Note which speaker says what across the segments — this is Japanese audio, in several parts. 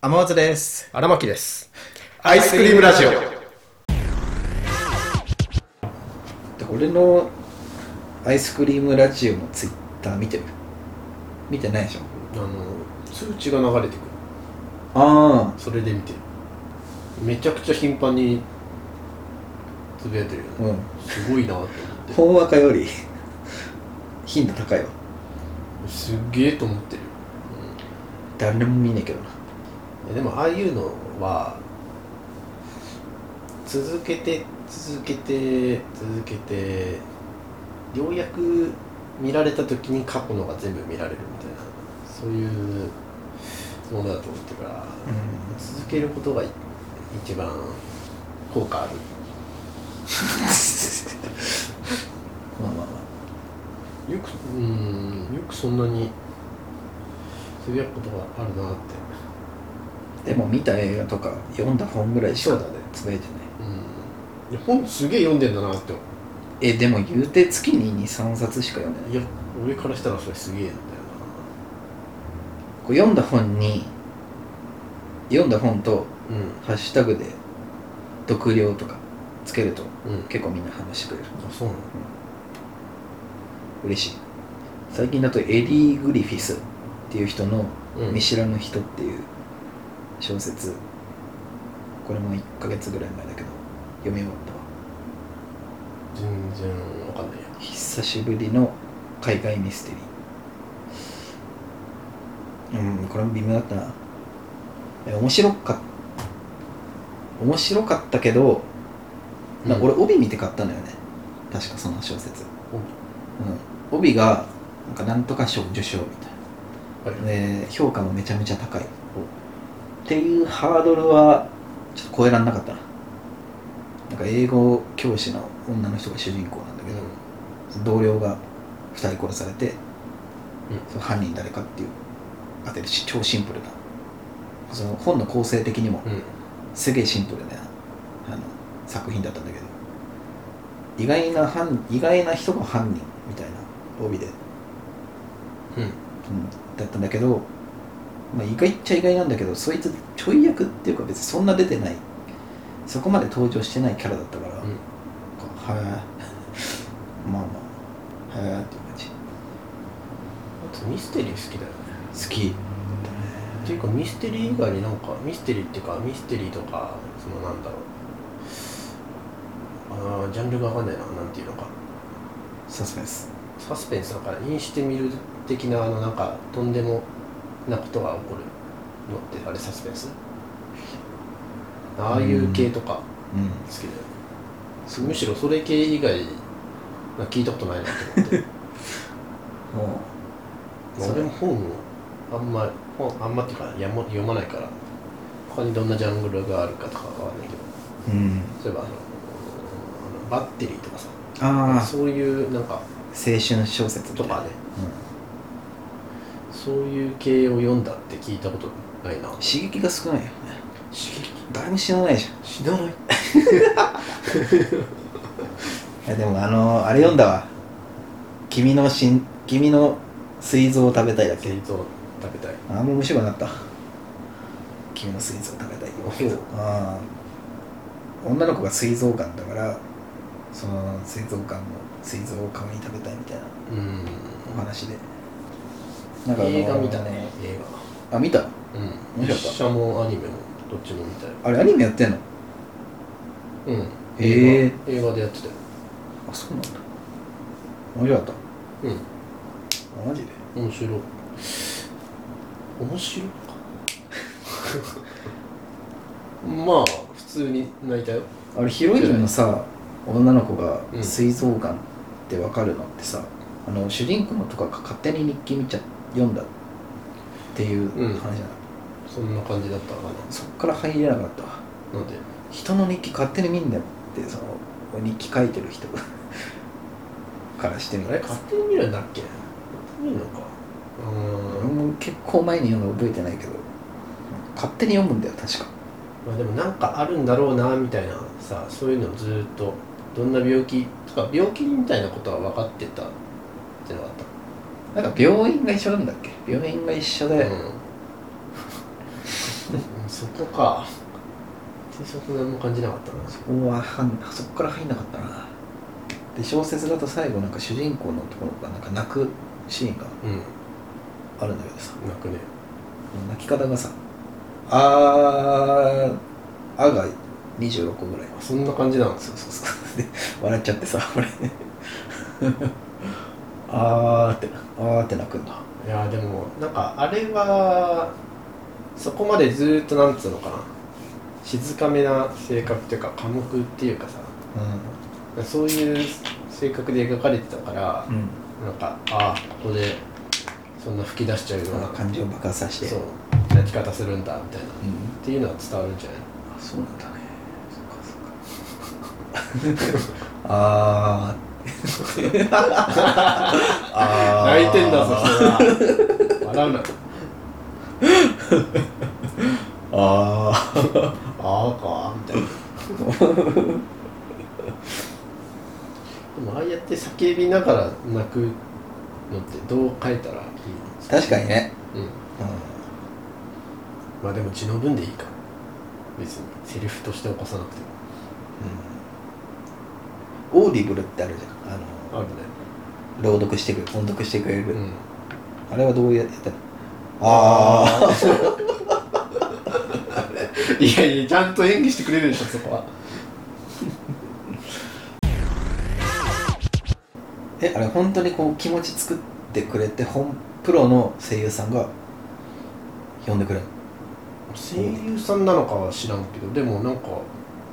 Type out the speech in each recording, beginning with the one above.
Speaker 1: 天松です。
Speaker 2: 荒牧です。
Speaker 1: アイスクリームラジオ。
Speaker 3: で俺のアイスクリームラジオのツイッター見てる見てないでしょ
Speaker 2: あの、通知が流れてくる。
Speaker 3: あ
Speaker 2: それで見てる。めちゃくちゃ頻繁につぶやいてるよ
Speaker 3: あ
Speaker 2: ね。
Speaker 3: うん
Speaker 2: すごいなと思っ
Speaker 3: 本若より頻度高いわ
Speaker 2: て。すっげえと思ってる。
Speaker 3: 誰も見ねえけどな
Speaker 2: うんでも、ああいうのは、続けて、続けて、続けて、ようやく見られた時に過去のが全部見られるみたいな、そういうものだと思ってるから。
Speaker 3: う
Speaker 2: 続けることがい一番効果ある
Speaker 3: んまあまあ
Speaker 2: よくうんよくそんなにつぶやくことがあるなって
Speaker 3: まあでも見た映画とか読んだ本ぐらいし
Speaker 2: そう
Speaker 3: か
Speaker 2: だね
Speaker 3: つぶやいてない
Speaker 2: うんいや本すげえ読んでんだなって思
Speaker 3: えでも言うて月に23冊しか読んでな
Speaker 2: う
Speaker 3: い
Speaker 2: いや俺からしたらそれすげえんだよ
Speaker 3: こう読んだ本に読んだ本と
Speaker 2: な
Speaker 3: ハッシュタグで読量とかつけると
Speaker 2: うんうん
Speaker 3: 結構みんな話してくれる
Speaker 2: あそうなの
Speaker 3: 嬉しい最近だとエリー・グリフィスっていう人の「見知らぬ人」っていう小説、これも1ヶ月ぐらい前だけど読み終わったわ
Speaker 2: 全然わかんないや
Speaker 3: 久しぶりの海外ミステリーうんこれも微妙だったなえ面白かっ面白かったけど、な俺帯見て買ったのよね確かその小説うん、帯がなんかなんとか賞受賞みたいな、で評価もめちゃめちゃ高いっていうハードルはちょっと超えられなかったななんか英語教師の女の人が主人公なんだけど、同僚が2人殺されて、その犯人誰かっていう当てるし超シンプルなその本の構成的にも
Speaker 2: うんうん
Speaker 3: すげえシンプルなあの作品だったんだけど意外な犯意外な人が犯人みたいな帯で、うん、だったんだけど、まあ、意外っちゃ意外なんだけどそいつちょい役っていうか別にそんな出てないそこまで登場してないキャラだったから、
Speaker 2: うん
Speaker 3: こうはあ まあまあはあっていう感じ
Speaker 2: あとミステリー好きだよね
Speaker 3: 好き
Speaker 2: っていうかミステリー以外になんかミステリーっていうかミステリーとかそのなんだろうあージャンルがわかんないななんていうのか
Speaker 3: サスペンス
Speaker 2: サスペンスだからインしてみる的なあのなんかとんでもなことが起こるのってあれサスペンスああいう系とか
Speaker 3: うん
Speaker 2: 好きだよね、むしろそれ系以外なんか聞いたことないなと思って
Speaker 3: も
Speaker 2: まあ
Speaker 3: そう
Speaker 2: 俺も本をあんま本あんまっていうかやも読まないから他にどんなジャンルがあるかとかはわかんないけど
Speaker 3: ううん
Speaker 2: 例えばあのあのバッテリーとかさ
Speaker 3: ああ
Speaker 2: そういうなんか
Speaker 3: 青春小説
Speaker 2: とかね
Speaker 3: うん
Speaker 2: そういう系を読んだって聞いたことないな
Speaker 3: 刺激が少ないよね
Speaker 2: 刺激
Speaker 3: 誰も知らないじ
Speaker 2: 死なない
Speaker 3: ゃんいやでもあのー、あれ読んだわ君のしん君の膵臓を食べたいだっけ
Speaker 2: 水臓食べたい
Speaker 3: あんま面白くなかった君の膵臓を食べたい
Speaker 2: そう
Speaker 3: ああ女の子が膵臓がんだからその膵臓がんの膵臓を代わりに食べたいみたいな
Speaker 2: うん
Speaker 3: お話でなんかあのー
Speaker 2: 映画見たね映
Speaker 3: あ見た
Speaker 2: 画う
Speaker 3: 面白か
Speaker 2: ん
Speaker 3: った
Speaker 2: 実写もアニメもどっちも見たよ
Speaker 3: あれアニメやってんの
Speaker 2: うん
Speaker 3: へえ
Speaker 2: 映画映画でやってたよ
Speaker 3: あそうなんだ面白かった
Speaker 2: う
Speaker 3: あマジで
Speaker 2: ん面白い面白い かまあ普通に泣いたよ
Speaker 3: あれヒロインのさ女の子が
Speaker 2: うん
Speaker 3: 膵臓がんってわかるのってさ、あの主人公のとかが勝手に日記見ちゃ読んだっていう
Speaker 2: う
Speaker 3: 話じゃ
Speaker 2: ん
Speaker 3: なかっ
Speaker 2: そんな感じだったか
Speaker 3: た、そっから入れなかったわ
Speaker 2: ななんで
Speaker 3: 人の日記勝手に見んだよってその日記書いてる人 からしてみ
Speaker 2: あ
Speaker 3: た
Speaker 2: れ
Speaker 3: ら
Speaker 2: 勝手に見るんだっけ勝手に見るのかうーん、
Speaker 3: もう結構前に読んだ覚えてないけど勝手に読むんだよ確か
Speaker 2: まあ、でもなんかあるんだろうなみたいなさそういうのをずーっとどんな病気とか病気みたいなことは分かってたってのがあっ
Speaker 3: なんか病院が一緒なんだっけ病院が一緒
Speaker 2: た
Speaker 3: で、
Speaker 2: うんうんそこか定食何も感じなかったな
Speaker 3: そこははんそこから入んなかったなで小説だと最後なんか主人公のところがなんか泣くシーンが
Speaker 2: うん
Speaker 3: あるんだけどさ
Speaker 2: 泣くね
Speaker 3: 泣き方がさ「あー」「あ」が26個ぐらい
Speaker 2: あそんな感じなの
Speaker 3: そうそうそうで笑っちゃってさ俺ね あーってあーって泣くんだ
Speaker 2: いやでもなんかあれはそこまでずーっとなんつうのかな静かめな性格っていうか寡黙っていうかさそういう性格で描かれてたから
Speaker 3: うん、うん、
Speaker 2: なんかああここでそんな吹き出しちゃうような
Speaker 3: 感情爆発させて
Speaker 2: そう泣き方するんだみたいなっ
Speaker 3: うん、
Speaker 2: ていうのは伝わるんじゃない
Speaker 3: あそうなんだねそっかそっかあーあー
Speaker 2: 泣いてんだそしたら笑うな
Speaker 3: あー
Speaker 2: ああかみたいなでもああやって叫びながら泣くのってどう変えたらいいの
Speaker 3: 確かにね、
Speaker 2: うん
Speaker 3: う
Speaker 2: まあでも字の文でいいか別にセリフとして起こさなくても
Speaker 3: んうん、オーディブルってあるじゃんあの
Speaker 2: あるね
Speaker 3: 朗読してくれる音読してくれる、
Speaker 2: うん
Speaker 3: あれはどうやってやったのああ
Speaker 2: いやいやちゃんと演技してくれるでしょそこは
Speaker 3: えあれ本当にこう気持ち作ってくれて本プロの声優さんが呼んでくれる
Speaker 2: 声優さんなのかは知らんけどでもなんか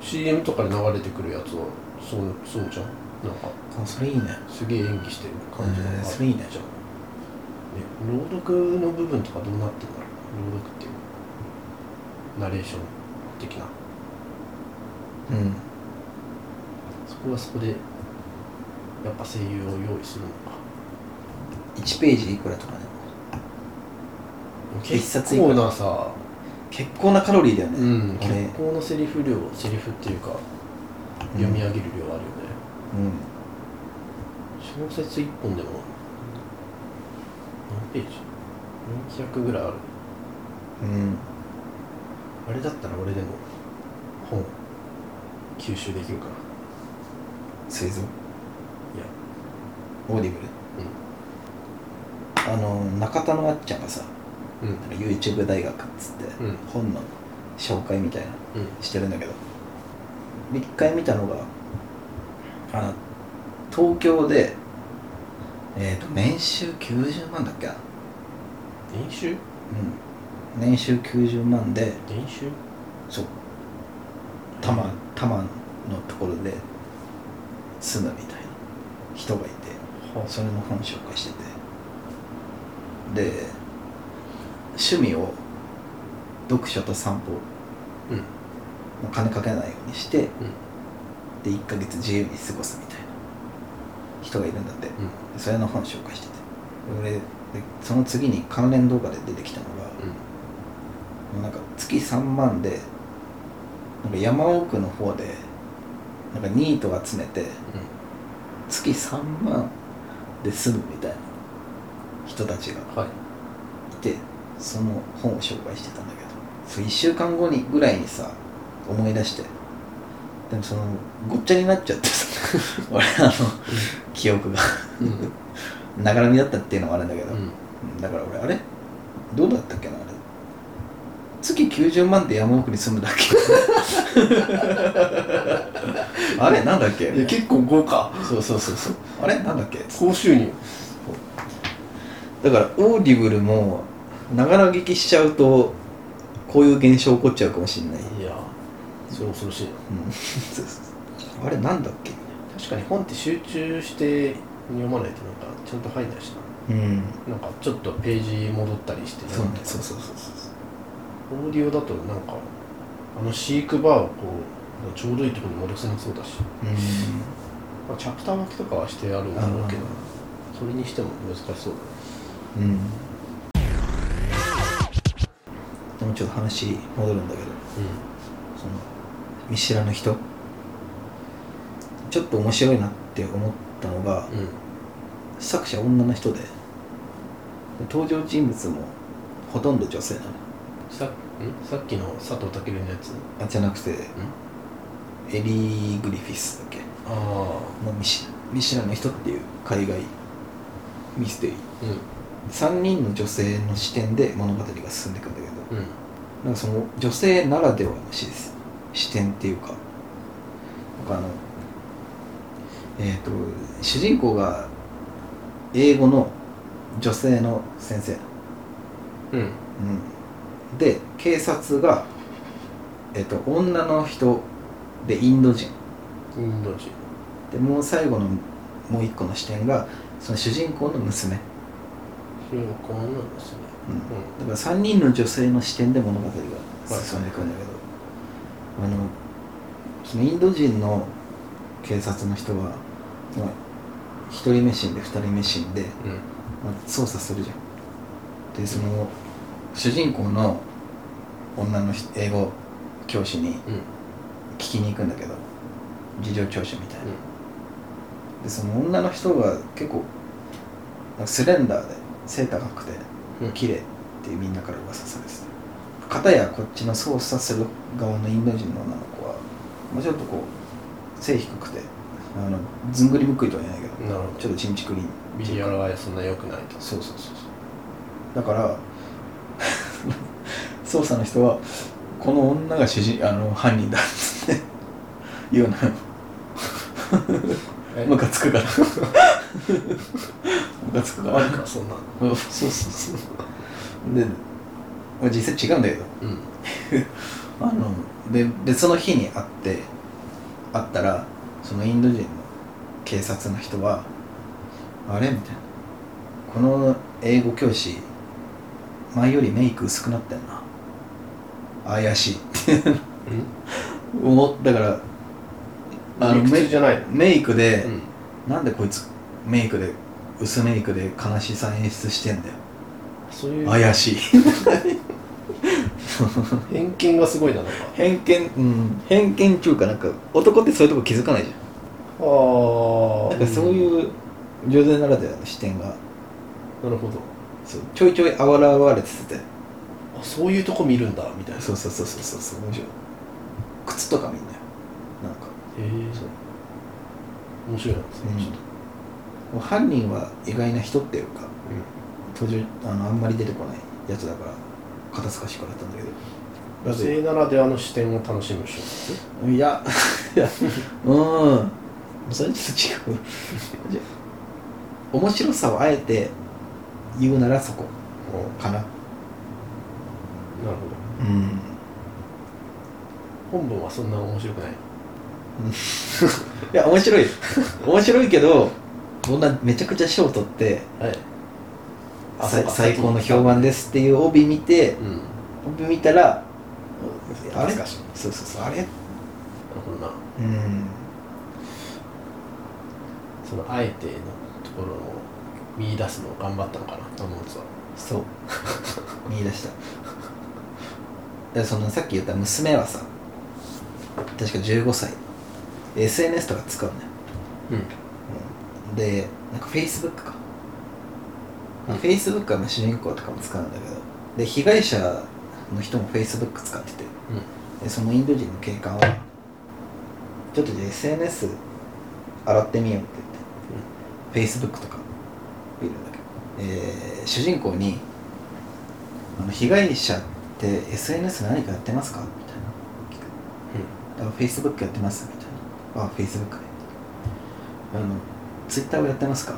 Speaker 2: CM とかで流れてくるやつはそうそうじゃんなんか
Speaker 3: あそれいいね
Speaker 2: すげえ演技してる感じのがある
Speaker 3: えーそれいいね
Speaker 2: じゃんね朗読の部分とかどうなってんだろう朗読っていうナレーション的な
Speaker 3: うん
Speaker 2: そこはそこでやっぱ声優を用意するのか
Speaker 3: 1ページいくらとかね一冊
Speaker 2: 結
Speaker 3: いくら
Speaker 2: 構なさ、
Speaker 3: 結構なカロリーだよね、
Speaker 2: うん、
Speaker 3: 俺
Speaker 2: 結構なセリフ量セリフっていうか読み上げる量あるよね、
Speaker 3: うん
Speaker 2: 小説1本でも何ページ ?400 ぐらいある
Speaker 3: うん
Speaker 2: あれだったら俺でも本吸収できるかな
Speaker 3: 製造い
Speaker 2: や
Speaker 3: オーディブルあの中田のあっちゃんがさ
Speaker 2: うん
Speaker 3: YouTube 大学っつって、
Speaker 2: うん
Speaker 3: 本の紹介みたいな
Speaker 2: うん
Speaker 3: してるんだけど一回見たのがあの東京でえっ、と年収90万だっけな
Speaker 2: 練習
Speaker 3: うん年収90万で
Speaker 2: 練習
Speaker 3: そう多摩多摩のところで住むみたいな人がいて
Speaker 2: は
Speaker 3: それの本紹介しててで趣味を読書と散歩
Speaker 2: うんうん
Speaker 3: お金かけないようにして、で1ヶ月自由に過ごすみたいな人がいるんだってそれの本紹介しててで俺でその次に関連動画で出てきたのが、なんか月3万でなんか山奥の方でなんかニート集めて
Speaker 2: う
Speaker 3: 月3万で済むみたいな人たちが
Speaker 2: んはい
Speaker 3: いてその本を紹介してたんだけどそう1週間後にぐらいにさ思い出してでもそのごっちゃになっちゃって さ俺あの記憶が
Speaker 2: うん
Speaker 3: ながらみだったっていうのもあるんだけど、
Speaker 2: うん
Speaker 3: だから俺あれどうだったっけなあれ月90万で山奥に住むだけ あれなんだっけ
Speaker 2: いや結構豪華
Speaker 3: そうそうそうそうあれなんだっけ
Speaker 2: 高収入
Speaker 3: だからオーディブルもながら聞きしちゃうとこういう現象起こっちゃうかもしれない、
Speaker 2: いやそれ恐ろしいな
Speaker 3: うんそうそうそうあれなんだっけ
Speaker 2: 確かに本って集中して読まないとなんかちゃんと入んないし
Speaker 3: うん
Speaker 2: ななんかちょっとページ戻ったりして
Speaker 3: そうねそう
Speaker 2: う
Speaker 3: そうそうそ
Speaker 2: オーディオだとなんかあの飼育バーをこうちょうどいいところに戻せなそうだし、
Speaker 3: ううん
Speaker 2: まあ、チャプター分けとかはしてあるんだろうけどそれにしても難しそうだね
Speaker 3: うんでもちょっと話戻るんだけどその見知らぬ人ちょっと面白いなって思ったのが
Speaker 2: うんうん
Speaker 3: 作者女の人で登場人物もほとんど女性なの
Speaker 2: さんさっきの佐藤健のやつ
Speaker 3: あじゃなくてエリー・グリフィスだっけ
Speaker 2: あ
Speaker 3: のミシミシュランの人っていう海外ミステリー
Speaker 2: あうん
Speaker 3: 3人の女性の視点で物語が進んでいくんだけど
Speaker 2: うん
Speaker 3: なんかその女性ならではの視です視点っていうかなんかあのえっ、と主人公が英語の女性の先生、
Speaker 2: うん
Speaker 3: うん、で警察が、えっと女の人でインド人
Speaker 2: インド人
Speaker 3: でもう最後のもう一個の視点がその主人公の娘、
Speaker 2: それがこうなんですね
Speaker 3: うん
Speaker 2: うん
Speaker 3: だから3人の女性の視点で物語が進んでいくんだけど、あのそのインド人の警察の人は、まあ、1人目死んで2人目死んで、
Speaker 2: うん
Speaker 3: まあ、捜査するじゃんでその主人公の女の人英語教師に
Speaker 2: うん
Speaker 3: 聞きに行くんだけど事情聴取みたいな、でその女の人が結構なんかスレンダーで背高くて
Speaker 2: うん
Speaker 3: 綺麗ってみんなから噂されてた片やこっちの操作する側のインド人の女の子はもうちょっとこう背低くてあのずんぐりむっくりとは言えないけど
Speaker 2: なるほど
Speaker 3: ちょっとチンチクリーン
Speaker 2: ビジュアルはそんな良くないと
Speaker 3: そうそうそうそうだから 捜査の人はこの女が主人あの犯人だっつって言うなよ
Speaker 2: え
Speaker 3: ムカつくから ムカつくか
Speaker 2: あ
Speaker 3: ら
Speaker 2: るかそんなの
Speaker 3: うんそうそうそうでまあ実際違うんだけど
Speaker 2: うん
Speaker 3: あので別の日に会って会ったらそのインド人の警察の人は「あれ?」みたいな「この英語教師前よりメイク薄くなってんな怪しい
Speaker 2: うん」
Speaker 3: 思だからあの
Speaker 2: 理屈
Speaker 3: メ
Speaker 2: じゃないの
Speaker 3: メイクで、
Speaker 2: うん
Speaker 3: なんでこいつメイクで薄メイクで悲しさ演出してんだよ
Speaker 2: そういう
Speaker 3: 怪しい
Speaker 2: 偏見がすごいなのか
Speaker 3: 偏見うん偏見っていうかなんか男ってそういうとこ気づかないじゃん
Speaker 2: あ
Speaker 3: なんかそう
Speaker 2: う
Speaker 3: いう女性ならではの視点が
Speaker 2: なるほど
Speaker 3: そうちょいちょいあわらわれてて
Speaker 2: あそういうとこ見るんだみたいな
Speaker 3: そうそうそうそうそうそう面白い靴とかみんなよなんか、
Speaker 2: へえ
Speaker 3: そう
Speaker 2: 面白いなんですね、ちょっと
Speaker 3: もう犯人は意外な人っていうか途中あのあんまり出てこないやつだから肩透かしからったんだけど
Speaker 2: 女性ならではの視点を楽しむ小説
Speaker 3: いやい やうんそれちょっと違うじゃあ面白さをあえて言うならそこかな
Speaker 2: なるほど
Speaker 3: うん
Speaker 2: 本文はそんな面白くない
Speaker 3: いや面白 い面白いけどこんなめちゃくちゃ賞を取って
Speaker 2: はいあ
Speaker 3: さ
Speaker 2: そうか
Speaker 3: 最高の評判ですっていう帯見て
Speaker 2: うん
Speaker 3: 帯見たらあれ
Speaker 2: 懐かしい
Speaker 3: そうそうそうあれ
Speaker 2: なるほどな
Speaker 3: うん
Speaker 2: そのあえてのところを見出すのを頑張ったのかなと思うと
Speaker 3: そう 見出しただからそのさっき言った娘はさ確か15歳 SNS とか使うのよ、
Speaker 2: うん
Speaker 3: うんでなんか Facebook か、
Speaker 2: うん
Speaker 3: Facebook はまあ主人公とかも使うんだけどで被害者の人も Facebook 使っててでそのインド人の警官はちょっとじゃあ SNS 洗ってみようって言って、Facebook とか見るんだけど、えー主人公にあの被害者って SNS 何かやってますかみたいな聞くあ Facebook やってますみたいな。あ、Facebook ね。あの、Twitter をやってますか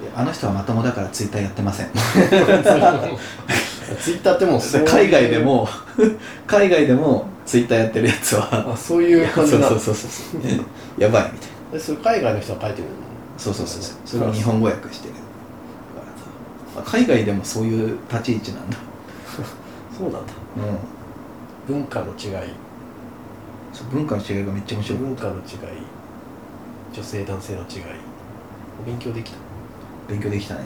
Speaker 3: みたいな。いやあの人はまともだから Twitter やってませ ん。
Speaker 2: うん ツイッターってもうそういう
Speaker 3: 海外でも、 海外でも Twitter やってるやつは、
Speaker 2: あそういう
Speaker 3: そ
Speaker 2: 感
Speaker 3: う
Speaker 2: じな
Speaker 3: そ
Speaker 2: の
Speaker 3: うそうそう。やばいみたいな。
Speaker 2: えそれ海外の人が書いてるの
Speaker 3: そうそうそうそう。それを日本語訳してる。だからさあ海外でもそういう立ち位置なんだ。
Speaker 2: そうなんだ
Speaker 3: うん。
Speaker 2: 文化の違い
Speaker 3: そう文化の違いがめっちゃ面白い。
Speaker 2: 文化の違い女性男性の違いお勉強できた
Speaker 3: 勉強できたね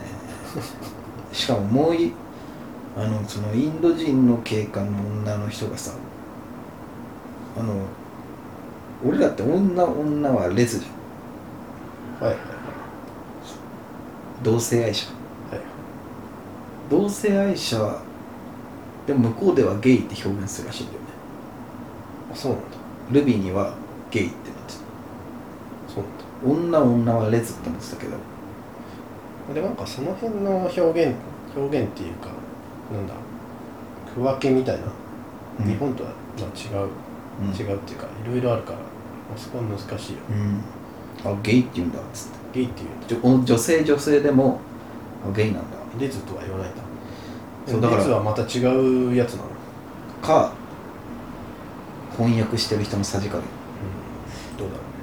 Speaker 3: しかももういあのそのインド人の警官の女の人がさあの俺らって女女はレズじゃ
Speaker 2: はいはい
Speaker 3: ん同性愛者
Speaker 2: はい
Speaker 3: 同性愛者でも向こうではゲイって表現するらしいんだよね
Speaker 2: あそうなんだ
Speaker 3: ルビーにはゲイってなってた
Speaker 2: そうなんだ
Speaker 3: 女女はレズって思ってたけど
Speaker 2: でもなんかその辺の表現表現っていうかなんだ区分けみたいな、日本とはまあ違う
Speaker 3: うん
Speaker 2: 違うっていうかいろいろあるから、まあ、そこは難しいよ
Speaker 3: うんあゲイって言うんだっつって
Speaker 2: ゲイっていうんだ
Speaker 3: じょ女性女性でもあゲイなんだ
Speaker 2: レズとは言わないんだ
Speaker 3: そうだから
Speaker 2: レズはまた違うやつなの、
Speaker 3: か翻訳してる人のさじ加減
Speaker 2: うん、どうだろう